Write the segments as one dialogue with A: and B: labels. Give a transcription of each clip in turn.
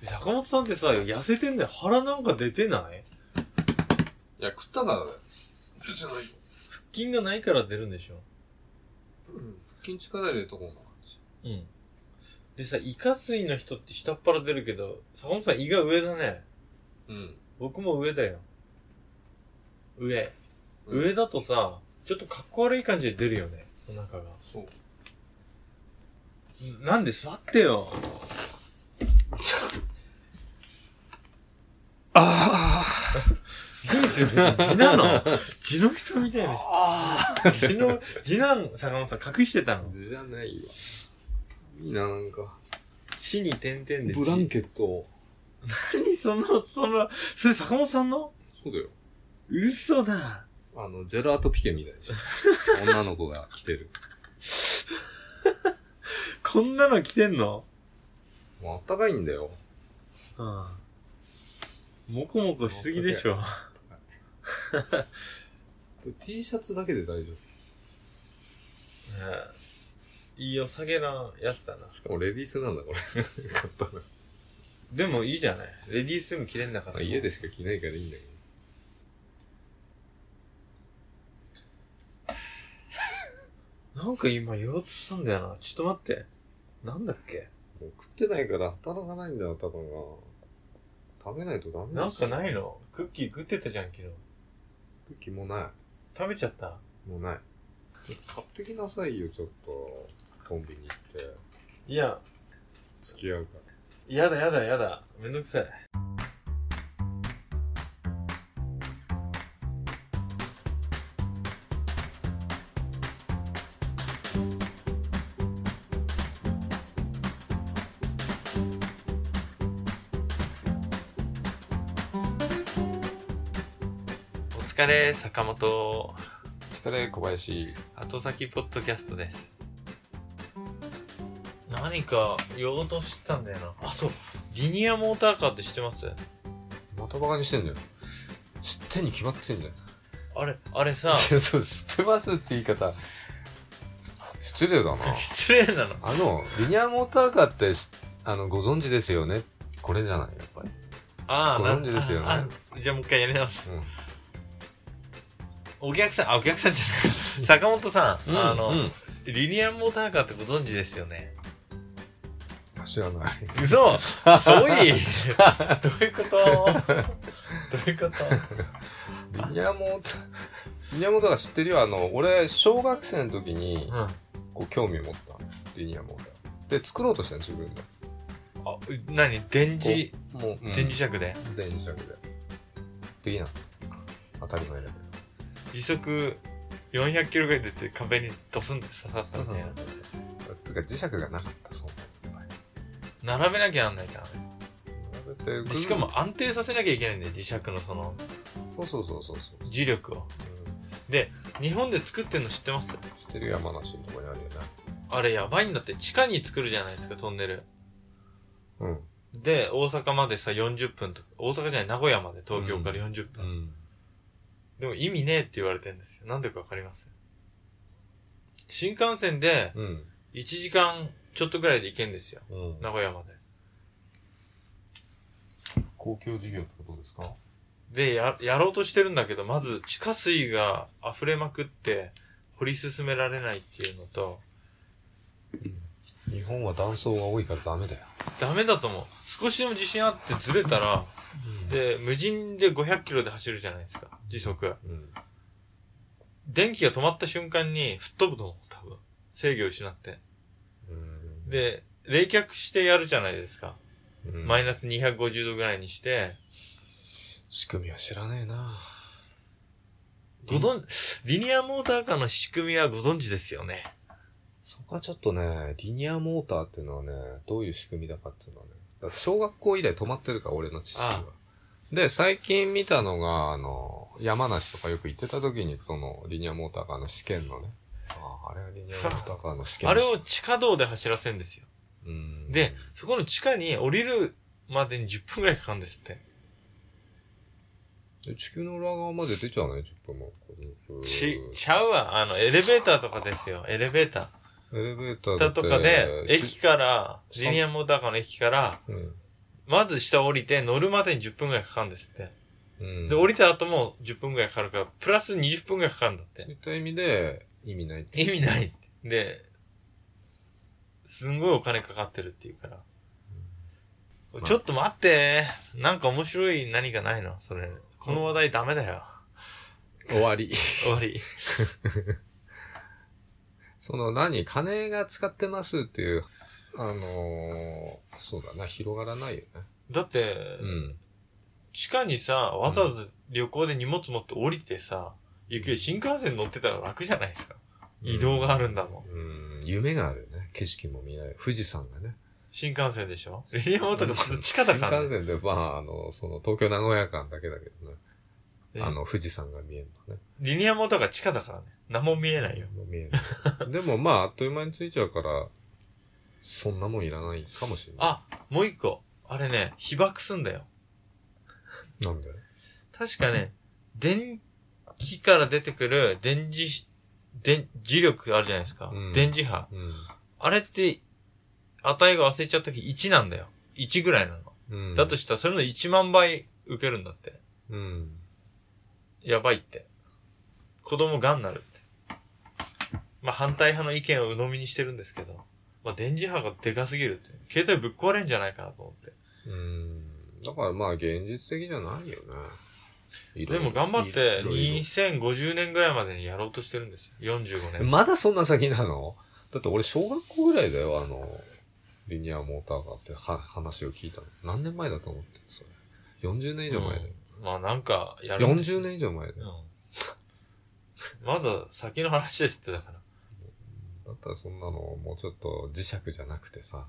A: 坂本さんってさ、痩せてんだよ。腹なんか出てない
B: いや、食ったからだよ。出てないよ。
A: 腹筋がないから出るんでしょ。
B: うん。腹筋力入れるとこんな感じ。
A: うん。でさ、イカ水の人って下っ腹出るけど、坂本さん胃が上だね。
B: うん。
A: 僕も上だよ。上。
B: うん
A: 上だとさ、ちょっとかっこ悪い感じで出るよね。お腹が。
B: そう。
A: なんで座ってよ。
B: あ
A: いいですよ、ね。地な の。地の人みたいな人。
B: あ
A: 地の、地なん、坂本さん隠してたの。
B: じゃないわ。いいな、なんか。
A: 死に点々で。
B: ブランケット。
A: 地何その、その、それ坂本さんの
B: そうだよ。
A: 嘘だ。
B: あの、ジェラートピケみたいでし ょ。女の子が着てる。
A: こんなの着てんの
B: もうあったかいんだよ。
A: うん。もこもこしすぎでしょ。
B: これ T シャツだけで大丈
A: いい良さげなやつだな
B: 夫。。しかもレディースなんだ、これ。買ったの
A: でもいいじゃない。レディースでも着れんだか
B: まあ
A: ら。
B: 家でしか着ないからいいんだけど。
A: なんか今言おうとしたんだよな。ちょっと待って。なんだっけ
B: もう食ってないから働かないんだよ、多分が。食べないとダメ
A: なんかない
B: の
A: のクッキー食ってたじゃん、昨日。
B: 気もな
A: 食べちゃった
B: い。もうない。ちょっと買ってきなさいよ、ちょっと。コンビニ行って。
A: いや、
B: 付き合うから。
A: やだやだやだ。めんどくさい。お疲れ、坂本。
B: 疲れ、小林。
A: 後先ポッドキャストです何か言おうとしてたんだよなあそうリニアモーターカーって知ってます
B: またバカにしてんだよ。知ってんに決まってんだよ。
A: あれあれ さ
B: いや そう、知ってますって言い方。失礼だな。
A: 失礼なの
B: あの、リニアモーターカーってし、あの、ご存知ですよね。これじゃない、やっぱり。
A: ああ
B: ご存知ですよね
A: ああじゃあもう一回やり直す
B: うん。
A: お客さんあお客さんじゃない坂本さん、あの、
B: うん、
A: リニアモーターカーってご存知ですよね
B: 知らない。
A: 嘘おいどう いうことどういうこと
B: リニアモーター、リニアモーターカー知ってるよ。あの、俺、小学生の時に、
A: うん
B: こう、興味を持ったの。リニアモーター。で、作ろうとしたの、自分で。
A: あ何電磁
B: もう、うん
A: 電磁石で
B: 電磁石で。できなかった。当たり前だけど。
A: 時速400キロぐらい出て壁にドスンって刺さったみたいな
B: つうか、磁石がなかった、そんなに。
A: 並べなきゃなんないからね
B: 並べ
A: で
B: て
A: しかも、安定させなきゃいけないんだよ磁石のその
B: そうそうそうそうそう。
A: 磁力を
B: うん
A: 日本で作ってんの知ってます
B: 知ってるよ山梨のとこにあるよな。
A: あれやばいんだって地下に作るじゃないですかトンネル
B: うん。
A: で大阪までさ40分とか大阪じゃない名古屋まで東京から40分、
B: ん。
A: でも意味ねえって言われてんですよなんでかわかります新幹線で
B: うん。
A: 1時間ちょっとぐらいで行けんですよ
B: うん
A: 名古屋まで
B: 公共事業ってことですか
A: で、や、やろうとしてるんだけど、まず地下水が溢れまくって、掘り進められないっていうのと、
B: 日本は断層が多いからダメだよ。
A: ダメだと思う。少しでも自信あってずれたら、で、無人で500キロで走るじゃないですか。時速。
B: うん。
A: 電気が止まった瞬間に吹っ飛ぶと思う、多分。制御失って。
B: うん、
A: で、冷却してやるじゃないですか。
B: うん
A: マイナス250度ぐらいにして、
B: 仕組みは知らねえな
A: ご存、リニアモーターカーの仕組みはご存知ですよね。
B: そこはちょっとね、リニアモーターっていうのはね、どういう仕組みだかっていうのはね。だって小学校以来止まってるから、俺の知識
A: あ
B: は。で、最近見たのが、あの、山梨とかよく行ってた時に、その、リニアモーターカーの試験のね。ああ、あれはリニアモーターカーの試験
A: あれを地下道で走らせるんですよ。
B: うん
A: で、そこの地下に降りるまでに10分くらいかかるんですって。
B: え地球の裏側まで出ちゃうね、10分も。こう
A: ち、ちゃうわ。あの、エレベーターとかですよ。エレベータ
B: エレベーター
A: ー。とかで、
B: し
A: 駅から、
B: し
A: リニアモーターカーの駅から、
B: うん。
A: まず下降りて乗るまでに10分ぐらいかかるんですって。
B: うん。
A: で、降りた後も10分ぐらいかかるから、プラス20分ぐらいかかるんだっ
B: そう
A: て。
B: いった意味で、意味ない。
A: 意味ないって。で、すんごいお金かかってるっていうから。
B: ん
A: ちょっと待ってなんか面白い何かないな、それ。この話題ダメだよ。
B: 終わり。
A: 終わり。
B: その何、金が使ってますっていう、あのーそうだな、広がらないよね。
A: だって、
B: うん。
A: 地下にさ、わざわざ旅行で荷物持って降りてさ、行くより新幹線乗ってたら楽じゃないですか。移動があるんだもん。
B: うん、夢があるよね。景色も見ない。富士山がね。
A: 新幹線でし ょレディアモーターがずっと地下だから、
B: 新
A: ね。
B: 幹線で、まあ、あの、その、東京名古屋間だけだけど
A: う
B: ね。
A: ん
B: あの、富士山が見えるのね。
A: リニアモーターが地下だからね。何も見えないよ。
B: もう見えない。でも、まあ、あっという間に着いちゃうから、そんなもんいらないかもしれない。
A: あ、もう一個。あれね、被爆すんだよ。
B: なんで
A: 確かね、電気から出てくる電磁、電、磁力あるじゃないですか。
B: うん
A: 電磁波。
B: うん。
A: あれって、値が忘れちゃった時1なんだよ。1ぐらいなの。
B: うん。
A: だとしたらそれの1万倍受けるんだって。
B: うん。
A: やばいって。子供がんになるって。まあ反対派の意見を鵜呑みにしてるんですけど。まあ電磁波がでかすぎるって。携帯ぶっ壊れんじゃないかなと思って。
B: うん。だから、まあ、現実的じゃないよね。いろ
A: で
B: いろ
A: も頑張って
B: いろいろ
A: 2050年ぐらいまでにやろうとしてるんですよ。45年。
B: まだそんな先なのだって俺小学校ぐらいだよ、あの、リニアモーターがっては話を聞いたの。何年前だと思ってるそれ。40年以上前だよ。
A: まあなんかやる。
B: 40年以上前だ
A: う
B: よ。
A: ん。まだ先の話ですってだから。
B: だったらそんなの、もうちょっと磁石じゃなくてさ、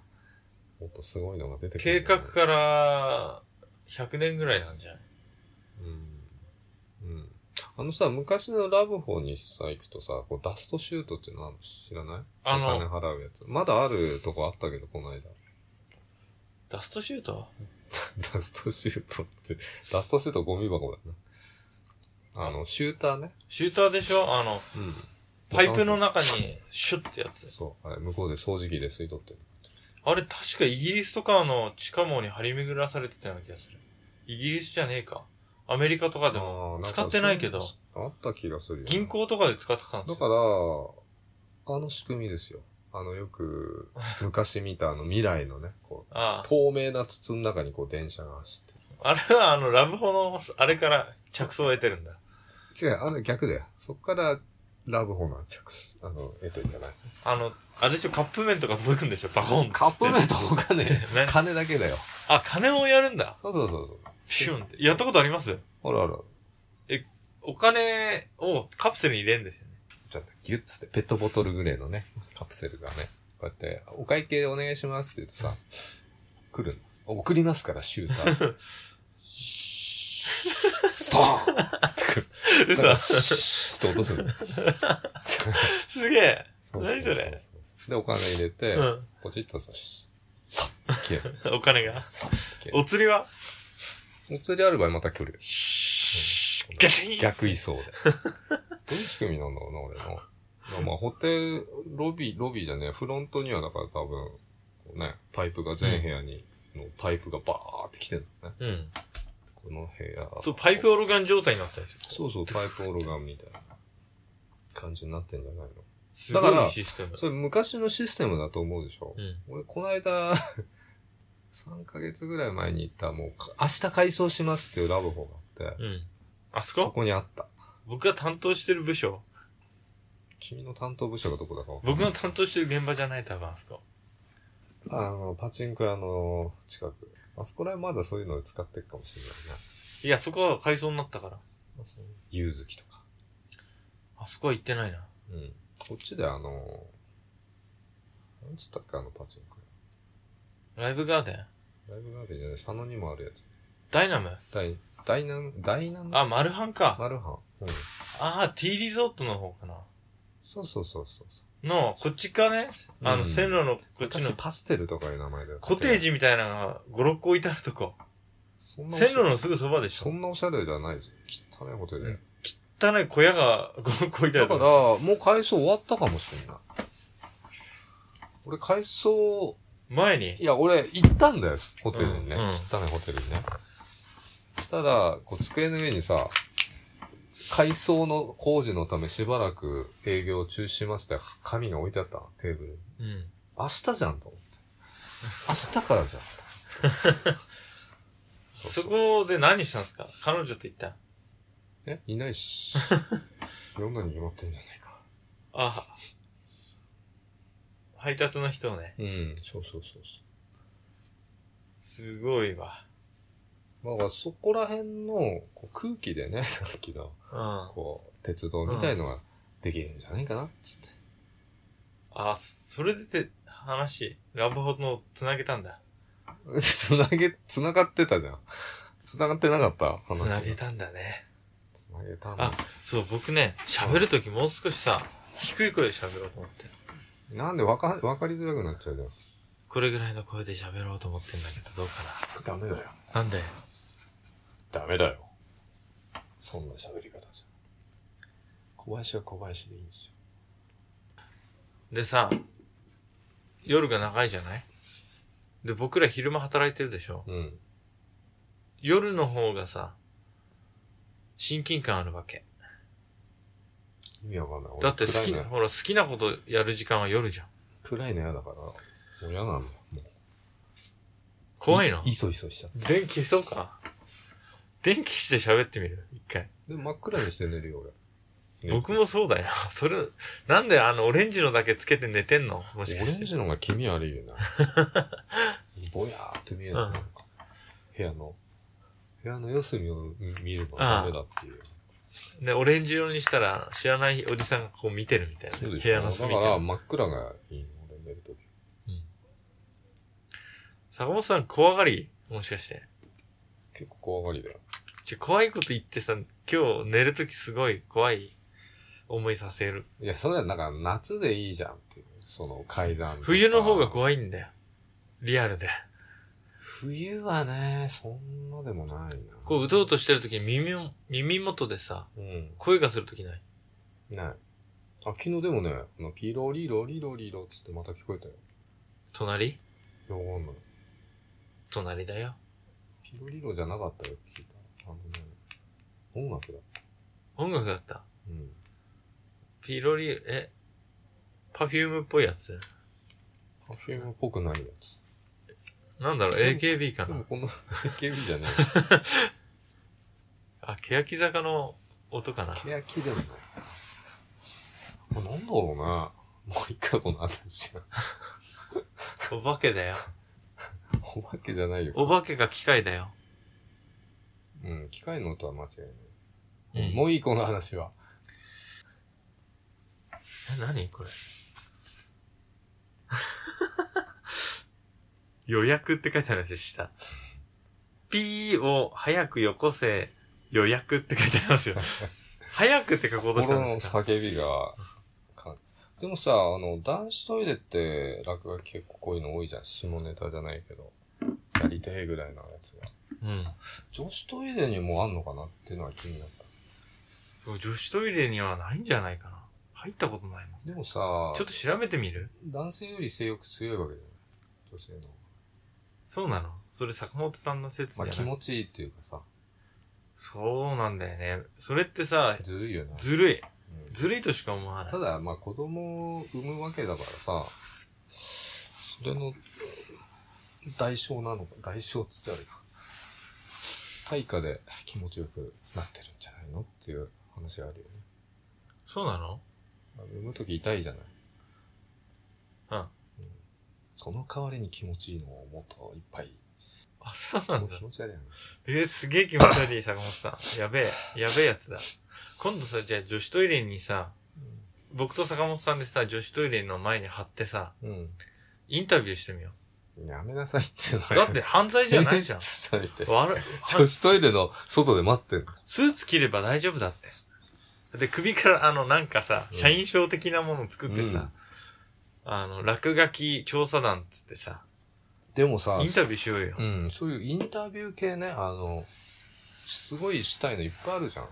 B: もっとすごいのが出てく
A: 計
B: るんだ
A: 画
B: よね。
A: から100年ぐらいなんじゃない
B: うん。うん。あのさ、昔のラブホにさ、行くとさ、こうダストシュートっていうのあるの知らない
A: あ
B: お金
A: の、
B: 払うやつ。まだあるとこあったけど、この間。
A: ダストシュート
B: ダストシュートって、ダストシュートゴミ箱だな。あの、シューターね。
A: シューターでしょあの、
B: うん。
A: パイプの中にシュッてやつ。
B: そう。あれ、向こうで掃除機で吸い取ってる。
A: あれ確かイギリスとかの地下網に張り巡らされてたような気がする。イギリスじゃねえか。アメリカとかでも
B: あー
A: 使ってないけど、。
B: んかそうあった気がするよ、
A: 銀。行とかで使ってたんです
B: だ
A: よ。
B: から、あの仕組みですよ。あの、よく、昔見たあの未来のね、こう、
A: あ
B: 透明な筒の中にこう電車が走って
A: あ。あれはあの、ラブホの、あれから着想を得てるんだ。
B: る。違う、あの逆だよ。そっから、ラブホの着手、あの、得てんじゃない
A: あの、あれでしょ、カップ麺とか届くんでしょ、バコンって。
B: カップ麺と お金
A: ね、
B: 金だけだよ。
A: あ、金をやるんだ。
B: そうそうそうそう。
A: ピュンって。やったことあります
B: あらあら。
A: お金をカプセルに入れるんですよね。
B: ちゃんとギュッつって、ペットボトルグレーのね、カプセルがね、こうやって、お会計お願いしますって言うとさ、来るの。送りますから、シュータ ー。ストーンつって来る。だから
A: 嘘。
B: シューッと落とすの。
A: すげえ。
B: そうそうそ
A: 何
B: うそう
A: それ
B: で、お金入れて、
A: うん。
B: ポチッとさ、シュッ、サッ、消える。
A: お金が。
B: サッて消え
A: お釣りは
B: る。お釣りある場合また距離。
A: シュッガチャン
B: 逆位相で。どういう仕組みなんだろうな、俺の。まあまあ、ホテル、ロビー、ロビーじゃねえ、フロントにはだから多分、こうね、パイプが全部屋に、のパイプがバーって来てるのね。
A: うん。
B: この部屋。
A: そう、パイプオルガン状態になったんですよ。
B: そうそう、パイプオルガンみたいな感じになってんじゃないの
A: す
B: だか
A: ごい
B: ら
A: システム。
B: それ昔のシステムだと思うでしょ
A: うん。
B: 俺、この間、3ヶ月ぐらい前に行った、もうか、明日改装しますっていうラブホがあって、
A: うん。あそ
B: そ
A: こ
B: こにあった。
A: 僕が担当してる部署
B: 君の担当部署がどこだかわかんない
A: 僕の担当してる現場じゃない、多分あそこ。
B: あの、パチンコ屋の近く。あそこら辺まだそういうのを使ってるかもしれないな。
A: いや、そこは改装になったから。
B: まあそうゆずきとか。
A: あそこは行ってないな。
B: うん。こっちであの、なんつったっけあのパチンコ
A: ライブガーデン
B: 屋。ライブガーデンじゃない、佐野にもあるやつ。
A: ダイナム
B: ダイ、ダイナム、ダイナム
A: あ、マルハンか。
B: マルハン。うん。
A: あー、T リゾートの方かな。
B: そうそうそうそうそう。
A: の、こっちかねあ
B: う
A: の、
B: ん
A: 線路のこっちの
B: 昔、パステルとかいう名前だよ。
A: コテージみたいなのが5、6個置いてあるとこ。
B: そんなおしゃ
A: 線
B: れ
A: 路のすぐそばでし
B: そ
A: ょ。
B: んなおしゃれじゃないぞ。汚いホテルだよ。
A: 汚い小屋が5、6個置いてあ
B: だ
A: る
B: から、
A: とこ。
B: もう改装終わったかもしれない。俺改装
A: 前に
B: いや、俺、行ったんだよ、ホテルにね。
A: うんうん
B: 汚いホテルにね。したら、こう、机の上にさ、改装の工事のためしばらく営業を中止しますって紙が置いてあったのテーブルに。
A: うん。
B: 明日じゃんと思って。明日か らじゃん。そう
A: そ
B: そ
A: うこで何したんですか彼女と行った
B: えいないし。世の中に埋まってんじゃないか。
A: あ配達の人をね。
B: うん、そうそうそうそ
A: すごいわ。
B: う。だからそこら辺のこう空気でね、さっきの、
A: うん。あ
B: こう、鉄道みたいのができるんじゃないかな、つって。
A: それでて話、ラブホの繋げたんだ。
B: つなげ、つながってたじゃん。つながってなかった話。
A: 繋げ。たんだね。
B: つなげたん
A: あ
B: だ。
A: そう、僕ね、喋るときもう少しさ、低い声で喋ろうと思って。
B: なんでわか、わかりづらくなっちゃうじゃん。
A: これぐらいの声で喋ろうと思ってんだけど、どうかな
B: ダメだよ。。
A: なんで
B: ダメだよ。そんな喋り方じゃ。小林は小林でいいんですよ。
A: でさ、夜が長いじゃないで、僕ら昼間働いてるでしょ
B: うん。
A: 夜の方がさ、親近感あるわけ。
B: 意味わかんない。俺
A: だって好き
B: 暗
A: な、
B: いの
A: ほら好きなことやる時間は夜じゃん。
B: 暗いの嫌だから。もう嫌なんだよ。もう
A: 怖いの
B: いそいそしちゃって。
A: 電気消そうか。電気消して喋ってみる一回。
B: でも真っ暗にして寝るよ、俺。
A: 僕もそうだよ。 それ、なんであのオレンジのだけつけて寝てんのもし
B: オ
A: か
B: レ
A: し
B: ン
A: て。
B: ジの方が気味悪いよ な。ぼやーって見える、
A: うん
B: なんか。部屋の、部屋の四隅を見ればダメだっていう。
A: で、オレンジ色にしたら知らないおじさんがこう見てるみたいな。
B: そうで
A: 部
B: しょ。
A: 屋
B: だ
A: の
B: か
A: 隅か
B: ら
A: ら。
B: 真っ暗がいいの、俺寝るとき。
A: 坂本さん怖がりもしかして。
B: 結構怖がりだよ。
A: ちょ、怖いこと言ってさ、今日寝るときすごい怖い思いさせる。
B: いや、それはなんか夏でいいじゃんっていう。その階段とか。
A: 冬の方が怖いんだよ。リアルで。
B: 冬はね、そんなでもないな。
A: こう、うとうとしてるとき耳も、耳元でさ、
B: うん。
A: 声がするときない。
B: ない。あ、昨日でもね、あのピロリロリロリロっつってまた聞こえたよ。
A: 隣
B: いやわかんない。
A: 隣だよ。
B: ピロリロじゃなかったよ、聞いた。あのね、音楽だ。
A: 音楽だった。
B: うん。
A: ピロリ、え、パフュームっぽいやつ
B: パフュームっぽくないやつ。
A: なんだろう、
B: うん
A: AKB か
B: で
A: な、
B: もこ の AKB じゃない。
A: あ、欅坂の音かな
B: ケヤキでもない。これなんだろうな。もう一回この話。
A: お化けだよ。
B: お化けじゃないよ。
A: お化けが機械だよ。
B: うん、機械の音は間違いない。
A: も
B: もういい、この話は。
A: え、何これ。 予約って書いてある話した。P を早くよこせ、予約って書いてありますよ。早くって書こうとした
B: 心
A: ん
B: の
A: ですか
B: 叫びがか。でもさ、あの、男子トイレって落書き結構こういうの多いじゃん。下ネタじゃないけど。やりたいぐらいのやつが。
A: うん。
B: 女子トイレにもあんのかなっていうのは気になった。
A: そう、女子トイレにはないんじゃないかな。入ったことないの。
B: でもさ
A: ちょ、っと調べてみる
B: 男性より性欲強いわけじゃない女性の。
A: そうなのそれ坂本さんの説じ
B: ま
A: ゃ
B: あ
A: ない、
B: 気持ちいいっていうかさ、
A: そうなんだよね。それってさ、
B: ずるいよな。
A: ずるい。
B: うん
A: ずるいとしか思わない
B: た。だ、まあ子供を産むわけだからさ、それの代償なのか、代償っつってあるか。対価で気持ちよくなってるんじゃないのっていう話があるよね。
A: そうなの
B: まあ産むとき痛いじゃない。
A: うん
B: その代わりに気持ちいいのをもっといっぱい。
A: あ、そうなんだ
B: 気。持ち悪い話。
A: えー、すげえ気持ち悪い、坂本さん。やべえ、やべえやつだ。今度さ、じゃあ女子トイレにさ、僕と坂本さんでさ、女子トイレの前に貼ってさ、
B: うん。
A: インタビューしてみよ
B: やめなさいって。
A: う。だって犯罪じゃないじゃん
B: 失礼して
A: 悪い。
B: 女子トイレの外で待ってる。
A: スーツ着れば大丈夫だって。で、首からあの、なんかさ、
B: うん
A: 社員証的なものを作って
B: うん
A: さ、あの、落書き調査団っつってさ、
B: でもさ、
A: インタビューしようよ。
B: うん、そういうインタビュー系ね、あの、すごいしたいのいっぱいあるじゃん。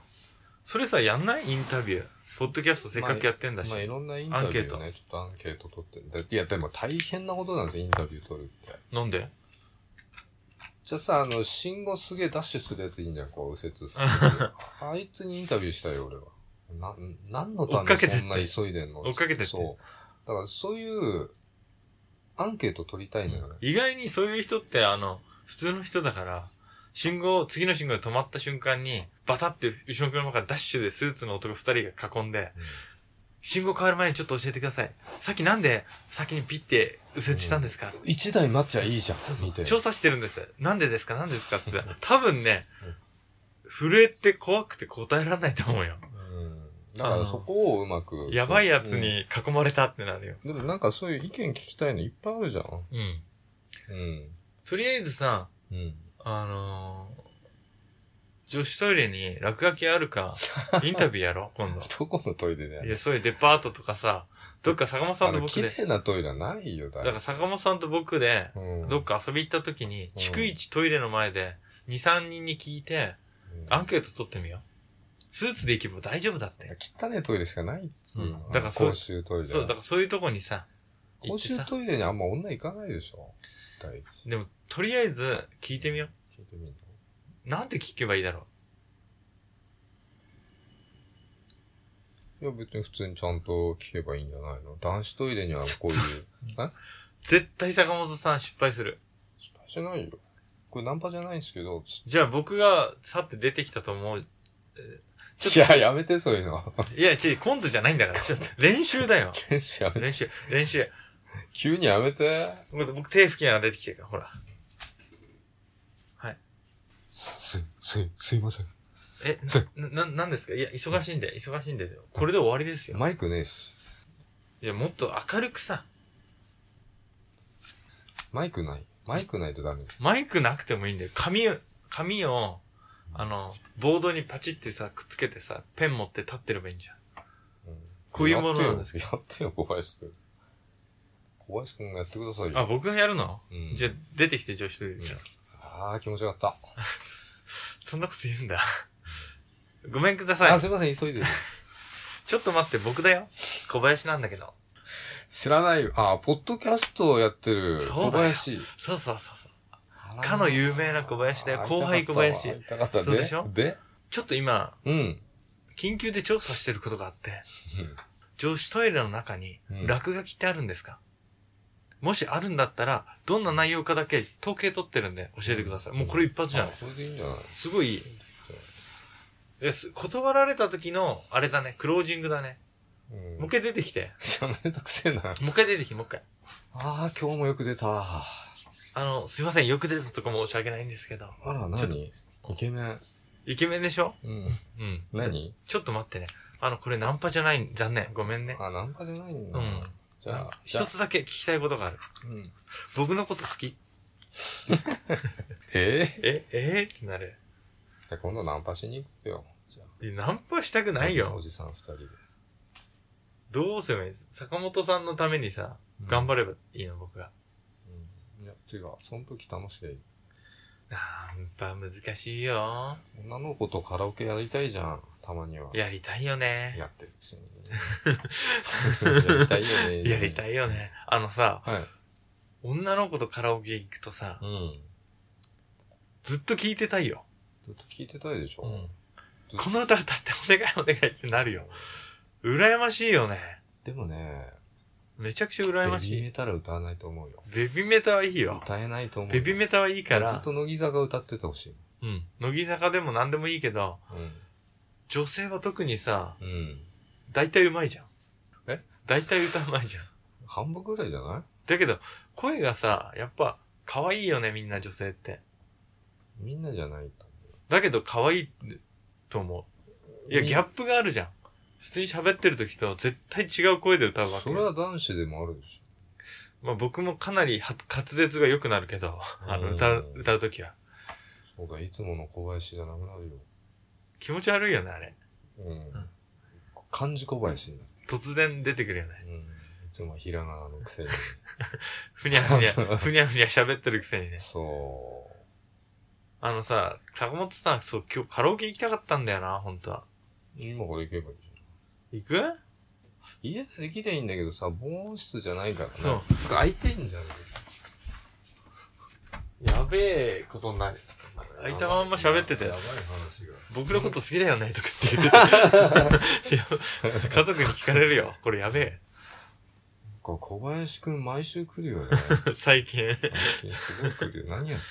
A: それさ、やんないインタビュー。ポッドキャストせっかくやってんだし。
B: まあいろんなインタビューをね、ちょっとアンケート取ってる。だいや、でも大変なことなんですよ、インタビュー取るって。
A: なんで
B: じゃあさ、あの、信号すげえダッシュするやついいんじゃん、こう右折するやつ。あいつにインタビューしたいよ、俺は。な、何のた
A: 追
B: め
A: っかけ
B: に
A: て
B: そ
A: って
B: んな急いでんの
A: 追っかけてって
B: そう。だからそういう、アンケート取りたいのよね。
A: 意外にそういう人って、あの、普通の人だから、信号、次の信号で止まった瞬間に、バタって後ろの車からダッシュでスーツの男二人が囲んで、信号変わる前にちょっと教えてください。さっきなんで先にピッて右折したんですか、
B: 一、台待っちゃいいじゃん、
A: そう
B: 見
A: そ
B: て
A: う。。調査してるんです。なんでですかなんでですか って言ったら。多分ね、震えて怖くて答えられないと思うよ。
B: うん。だからそこをうまく。
A: やばいやつに囲まれたってなるよ。
B: うん。でもなんかそういう意見聞きたいのいっぱいあるじゃん。
A: うん。
B: うん。
A: とりあえずさ、
B: うん。
A: あのー、女子トイレに落書きある か、インタビューやろう、今度。
B: どこのトイレでや
A: い
B: る
A: や、そういうデパートとかさ、どっか坂本さん
B: あ
A: と
B: の、
A: 僕
B: 綺
A: で、
B: 麗なトイレはないよ、だ
A: だから坂本さんと僕で、
B: うん
A: どっか遊び行った時に、
B: ん
A: 逐一トイレの前で、2、3人に聞いて、
B: うん
A: アンケート取ってみよう。スーツで行けば大丈夫だって。
B: 汚いトイレしかないっつうの、
A: うんだからそう
B: 公衆トイレ。
A: そう、だからそういうとこにさ、行
B: 公
A: って
B: 衆
A: さ、
B: トイレにあんま女行かないでしょ第一。
A: でも、とりあえず聞いてみよ
B: 聞いてみる
A: う。なんて聞けばいいだろ
B: のいや別に普通にちゃんと聞けばいいんじゃないの男子トイレにはこういう。
A: う。絶対坂本さん失敗する。
B: 失敗じゃないよ。これナンパじゃないんですけど、つ
A: じゃあ僕が去って出てきたと思う。ちょっ
B: い
A: と
B: や、やめてそういうの。
A: いや、ちょ、コントじゃないんだから。ちょっと練習だよ。
B: 天使やめて。
A: 練習、練習。
B: 急にやめて。
A: 僕、僕手拭きながら出てきてるから、ほら。
B: す、す、すいません。
A: え、な、な、なんですかいや、忙しいんで、忙しいんで。これで終わりですよ。
B: マイクねえし。
A: いや、もっと明るくさ、
B: マイクない。マイクないとダメ。
A: マイクなくてもいいんだよ。紙を、紙を、あの、ボードにパチってさ、くっつけてさ、ペン持って立ってればいいんじゃん。
B: うん
A: こういうものなんですけ
B: やってよ、やってよ小林くん。小林くんがやってくださいよ。
A: あ、僕がやるの、
B: うん
A: じゃあ、出てきて女子トイレから。
B: ああ、気持ちよかった。
A: そんなこと言うんだ。 ごめんくださ
B: あ、
A: い
B: す。いません、急いでる。
A: ちょっと待って、僕だよ。小林なんだけど。
B: 知らないよ。あ、ポッドキャストをやってる
A: そ
B: 小
A: うだよ
B: 林。
A: そうそうそうそう。かの有名な小林だよ。後輩小
B: 会
A: 林。
B: いたかったわ
A: そうでしょ
B: で、
A: ちょっと今、
B: うん。
A: 緊急で調査してることがあって、女子トイレの中に
B: うん
A: 落書きってあるんですか、もしあるんだったら、どんな内容かだけ統計取ってるんで教えてください。もうこれ一発じゃん
B: あ。これでいいんじゃない
A: すごいいい。です断られた時の、あれだね、クロージングだね。
B: うん
A: もう一回出てきて。
B: じゃあめんどくせえな。あ
A: もう一回出てきて、もう一回。
B: あ、今日もよく出た。あ
A: あの、すいません、よく出たとこ申し訳ないんですけど。
B: ら、
A: ちょっと
B: 何イケメン。
A: イケメンでしょ
B: うん。
A: うん。
B: 何
A: ちょっと待ってね。あの、これナンパじゃない、残念。ごめんね。
B: あ、ナンパじゃないんだ。
A: うん。
B: じゃあ、じゃ
A: 一
B: あ
A: つだけ聞きたいことがある。
B: うん
A: 僕のこと好き
B: ええ
A: え、えー、ってなる。
B: じゃあ今度ナンパしに行くよ。じゃあ
A: ナンパしたくない
B: お
A: よ。
B: じさんおじさん二人で。
A: どうすればいい坂本さんのためにさ、頑張ればいいの、僕が。
B: うん。いや、違う。その時楽しい。
A: ナンパ難しいよ。
B: 女の子とカラオケやりたいじゃん。たまには。
A: やりたいよね。
B: やってるし。やりたいよ ね。
A: やりたいよね。あのさ、
B: はい。
A: 女の子とカラオケ行くとさ
B: う、ん。
A: ずっと聴いてたいよ。
B: ずっと聞いてたいでしょ。ずっと
A: この歌歌ってお願いお願いってなるよ。羨ましいよね。
B: でもね、
A: めちゃくちゃ
B: ベ
A: 羨
B: ビ
A: まし
B: ー
A: い
B: メ。タルは歌わないと思うよ。
A: ベビメタはいいよ。
B: 歌えないと思う。
A: ベビメタはいいか
B: ずっ
A: ら、
B: と乃木坂歌っててほしい。
A: うん。乃木坂でも何でもいいけど、
B: うん。
A: 女性は特にさ、
B: うん。
A: 大体うまいじゃん。
B: え
A: 大体歌うまいじゃん。
B: 半分ぐらいじゃない
A: だけど、声がさ、やっぱ、可愛いよね、みんな女性って。
B: みんなじゃないと
A: だけど、可愛いと思
B: 思
A: う。
B: う。
A: いや、
B: み
A: ギャップがあるじゃん。普通に喋ってる時と絶対違う声で歌うわけ
B: そ。れは男子でもあるでし
A: まあ僕もかなりは滑舌が良くなるけど、あの、歌う、歌う時は。
B: ょ。そうだ、いつもの小林じゃなくなるよ。
A: 気持ち悪いよね、あれ。
B: うん
A: ん。
B: 漢字小林になる。
A: 突然出てくるよね。
B: うん。いつもひらがなのくせに。
A: ふにゃふにゃ、ふにゃふにゃ喋ってるくせにね。
B: そ
A: あのさ、坂本さん、そう、今日カラオケ行きたかったんだよな、本当は。
B: う。今これ行けばいいじゃん。
A: 行く
B: 家でできりゃいいんだけどさ、防音室じゃないからね。
A: そう。
B: ちょっと空いてんじゃん。
A: やべえことになる。空いたまんま喋ってたよ
B: やばい話が。
A: 僕のこと好きだよねとかって言 ってた。いや家族に聞かれるよ。これやべ
B: こう小林くん毎週来るよ ね。
A: え。最近。
B: 最近すごい来るよ。何やっ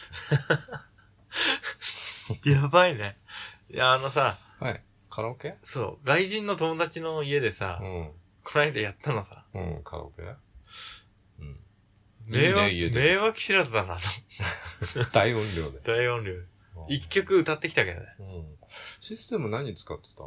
A: やばいね。いや、あのさ、
B: てはい。カラオケ
A: そう、外人の友達の家でさ
B: う、ん。
A: こないだやったのさ、
B: うん、カラオケうん。いい
A: 迷
B: ね
A: 惑、
B: 家で
A: 迷惑知らずだな、と。
B: 大音量で。
A: 大音量。一曲歌ってきたけどね。
B: うん。システム何使ってた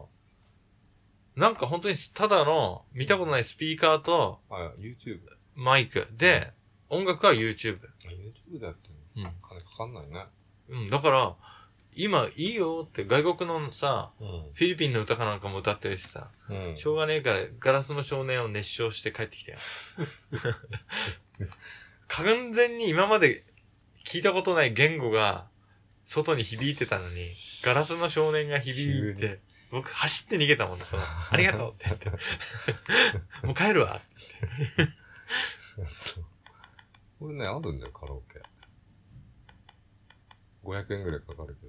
A: なんか本当にただの見たことないスピーカーと
B: あ、YouTube。
A: マイクで、音楽は YouTube。
B: あ、YouTube でやってんの
A: うん。
B: 金かかんないね。
A: うん、だから、今いいよって外国のさ、
B: う
A: フィリピンの歌かなんかも歌ってるしさ、
B: ん。うん。
A: しょうがねえからガラスの少年を熱唱して帰ってきた よ。完全に今まで聞いたことない言語が外に響いてたのに、ガラスの少年が響い
B: 急
A: て、僕走って逃げたもんね、その、ありがとうって言 って。もう帰るわ。
B: そう。俺ね、あるんだよ、カラオケ。500円ぐらいかかるけ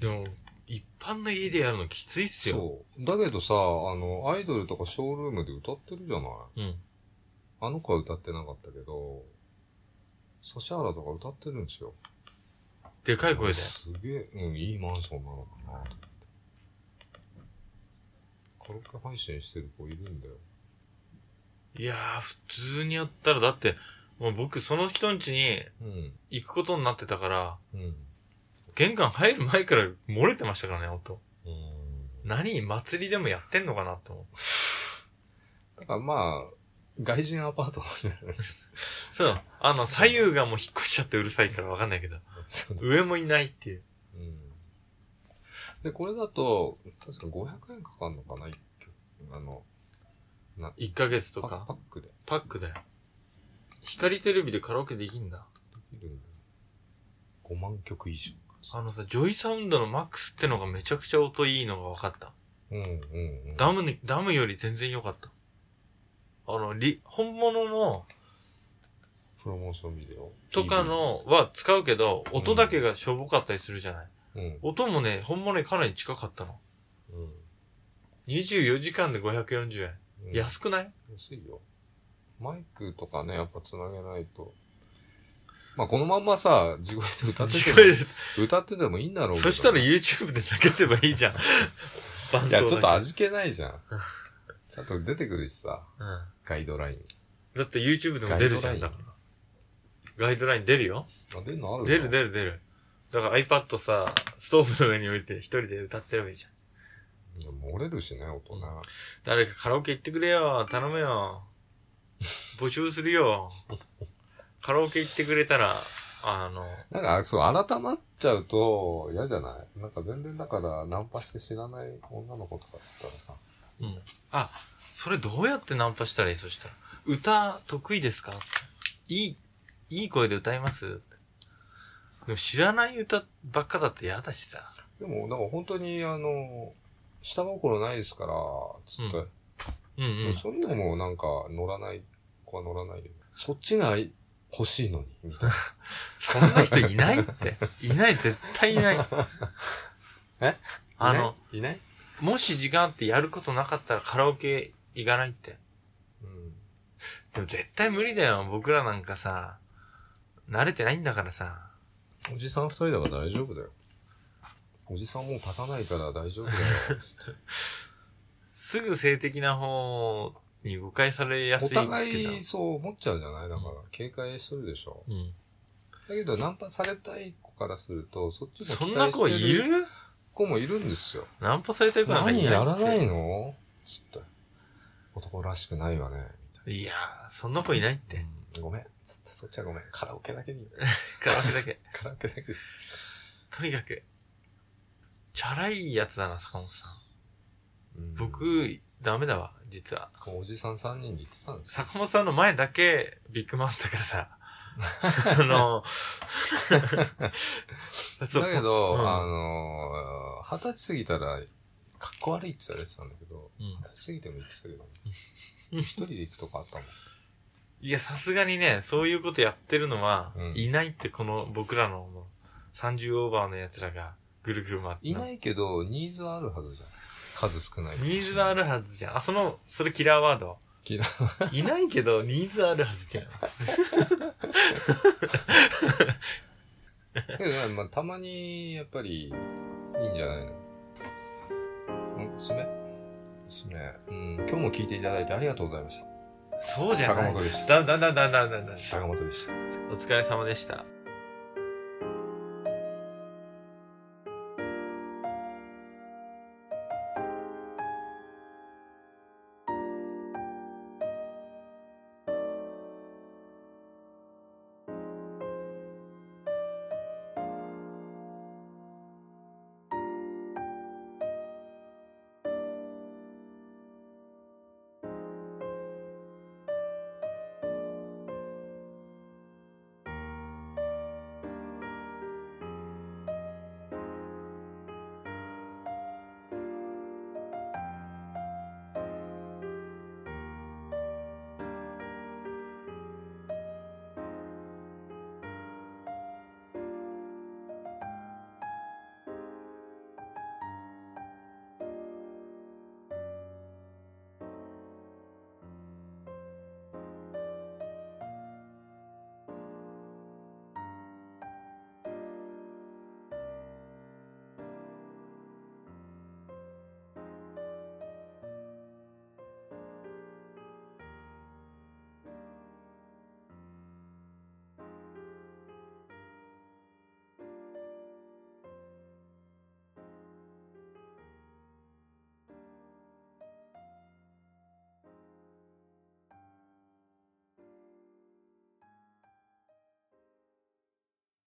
B: ど。
A: でも、一般の家でやるのきついっすよ。
B: そう。だけどさ、あの、アイドルとかショールームで歌ってるじゃない
A: うん。
B: あの子は歌ってなかったけど、指原とか歌ってるんですよ。
A: でかい声で。
B: すげえ、うん、いいマンションなのかなと思って。カラオケ配信してる子いるんだよ。
A: いやー、普通にやったら、だって、もう僕その人ん家に
B: うん。
A: 行くことになってたから、
B: うん。
A: 玄関入る前から漏れてましたからね、音。
B: うん。
A: 何祭りでもやってんのかなって思って。
B: だからまあ、外人アパートなんじゃない
A: そう。あの、左右がもう引っ越しちゃってうるさいからわかんないけど、
B: そう
A: 上もいないっていう。
B: うんで、これだと、確か500円かかるのかな一曲あの、
A: 1ヶ月と
B: パ
A: か
B: パ、ックで
A: パックだよ。光テレビでカラオケできんだ。
B: できるんだよ。5万曲以上。
A: あのさ、ジョイサウンドのマックスってのがめちゃくちゃ音いいのが分かった。
B: うんうんうん。
A: ダムに、ダムより全然良かった。あの、り、本物の、
B: プロモーションビデオ
A: とか。のは使うけど、音だけがしょぼかったりするじゃない。
B: うん。うん。
A: 音もね、本物にかなり近かったの。24時間で540円。
B: うん
A: 安くない
B: 安いよ。マイクとかね、やっぱ繋げないと。まあ、このまんまさ、地声で歌ってても、歌っててもいいんだろうけど
A: そしたら YouTube で泣けてばいい じゃん。伴
B: いや、ちょっと
A: だ
B: 味気ないじゃん。ちゃんと出てくるしさ、
A: けうん。
B: ガイドライン。
A: だって YouTube でも出るじゃん。
B: ガ
A: だ
B: イドライン
A: から。ガイドライン出るよ。
B: あ、出るのある
A: 出る
B: る。
A: 出る出る。だから iPad さ、ストーブの上に置いて一人で歌ってればいいじゃん。
B: いや漏れるしね、音ね。
A: 誰かカラオケ行ってくれよ。頼むよ。募集するよ。カラオケ行ってくれたら、あの、
B: なんか、そう、改まっちゃうと嫌じゃないなんか全然だから、ナンパして知らない女の子とかだったらさ、
A: うん。あ、それどうやってナンパしたらいいそしたら。歌得意ですかいい、いい声で歌いますでも知らない歌ばっかだって嫌だしさ。
B: でも、なんか本当に、あの、下心ないですから、つって、
A: うんう。
B: もうんそういうのもなんか乗らない子は乗らないよね。そっちが欲しいのに、みたいな。
A: そんな人いないって。いない、絶対いない。
B: え
A: あの、
B: いない、いない
A: もし時間あってやることなかったらカラオケ行かないって。
B: うん。
A: でも絶対無理だよ。僕らなんかさ、慣れてないんだからさ。
B: おじさん二人だから大丈夫だよ。おじさんもう立たないから 大丈夫だよ。つって
A: すぐ性的な方に誤解されやすい
B: お
A: っていうか
B: 互いそう思っちゃうじゃないだから、警戒するでしょ。
A: うん。
B: だけど、ナンパされたい子からすると、そっちも
A: そん
B: 期
A: な
B: 待
A: 子
B: し
A: い
B: てる
A: る
B: 子もいるんですよ。
A: ナンパされたい子なんかいない
B: 何
A: って
B: やらないのつって。男らしくないわね。
A: いやー、そんな子いないって。
B: うんごめん。つって、そっちはごめん。カラオケだけに。
A: カラオケだけ。
B: カラオケだけで。
A: とにかく、チャラいやつだな、坂本さん。
B: うん、
A: 僕、ダメだわ、実は。
B: おじさん3人に言ってたんですよ。
A: 坂本さんの前だけ、ビッグマウスだからさ。 あの、 そう
B: だけど、
A: うん
B: あのー、二十歳過ぎたら、かっこ悪いって言われてたんだけど、
A: うん。
B: 二十過ぎても行ってたけどね
A: うん。
B: 一人で行くとかあったもん。
A: いや、さすがにね、そういうことやってるのは、
B: うん
A: いないってこの僕らのもう30オーバーの奴らがぐるぐる回って。
B: いないけど、ニーズはあるはずじゃん。数少ない。
A: ニーズはあ
B: る。
A: るはずじゃん。あ、その、それキラーワード。
B: キラ
A: いないけど、ニーズはあるはずじゃん。
B: けどね、まあ、たまに、やっぱり、いいんじゃないのん締め締め。うん、今日も聞いていただいてありがとうございまし
A: そう
B: た。
A: じゃな
B: 坂
A: い。
B: 本でした。
A: だんだんだんだんだんだんだん。
B: 坂本でした。
A: お疲れ様でした。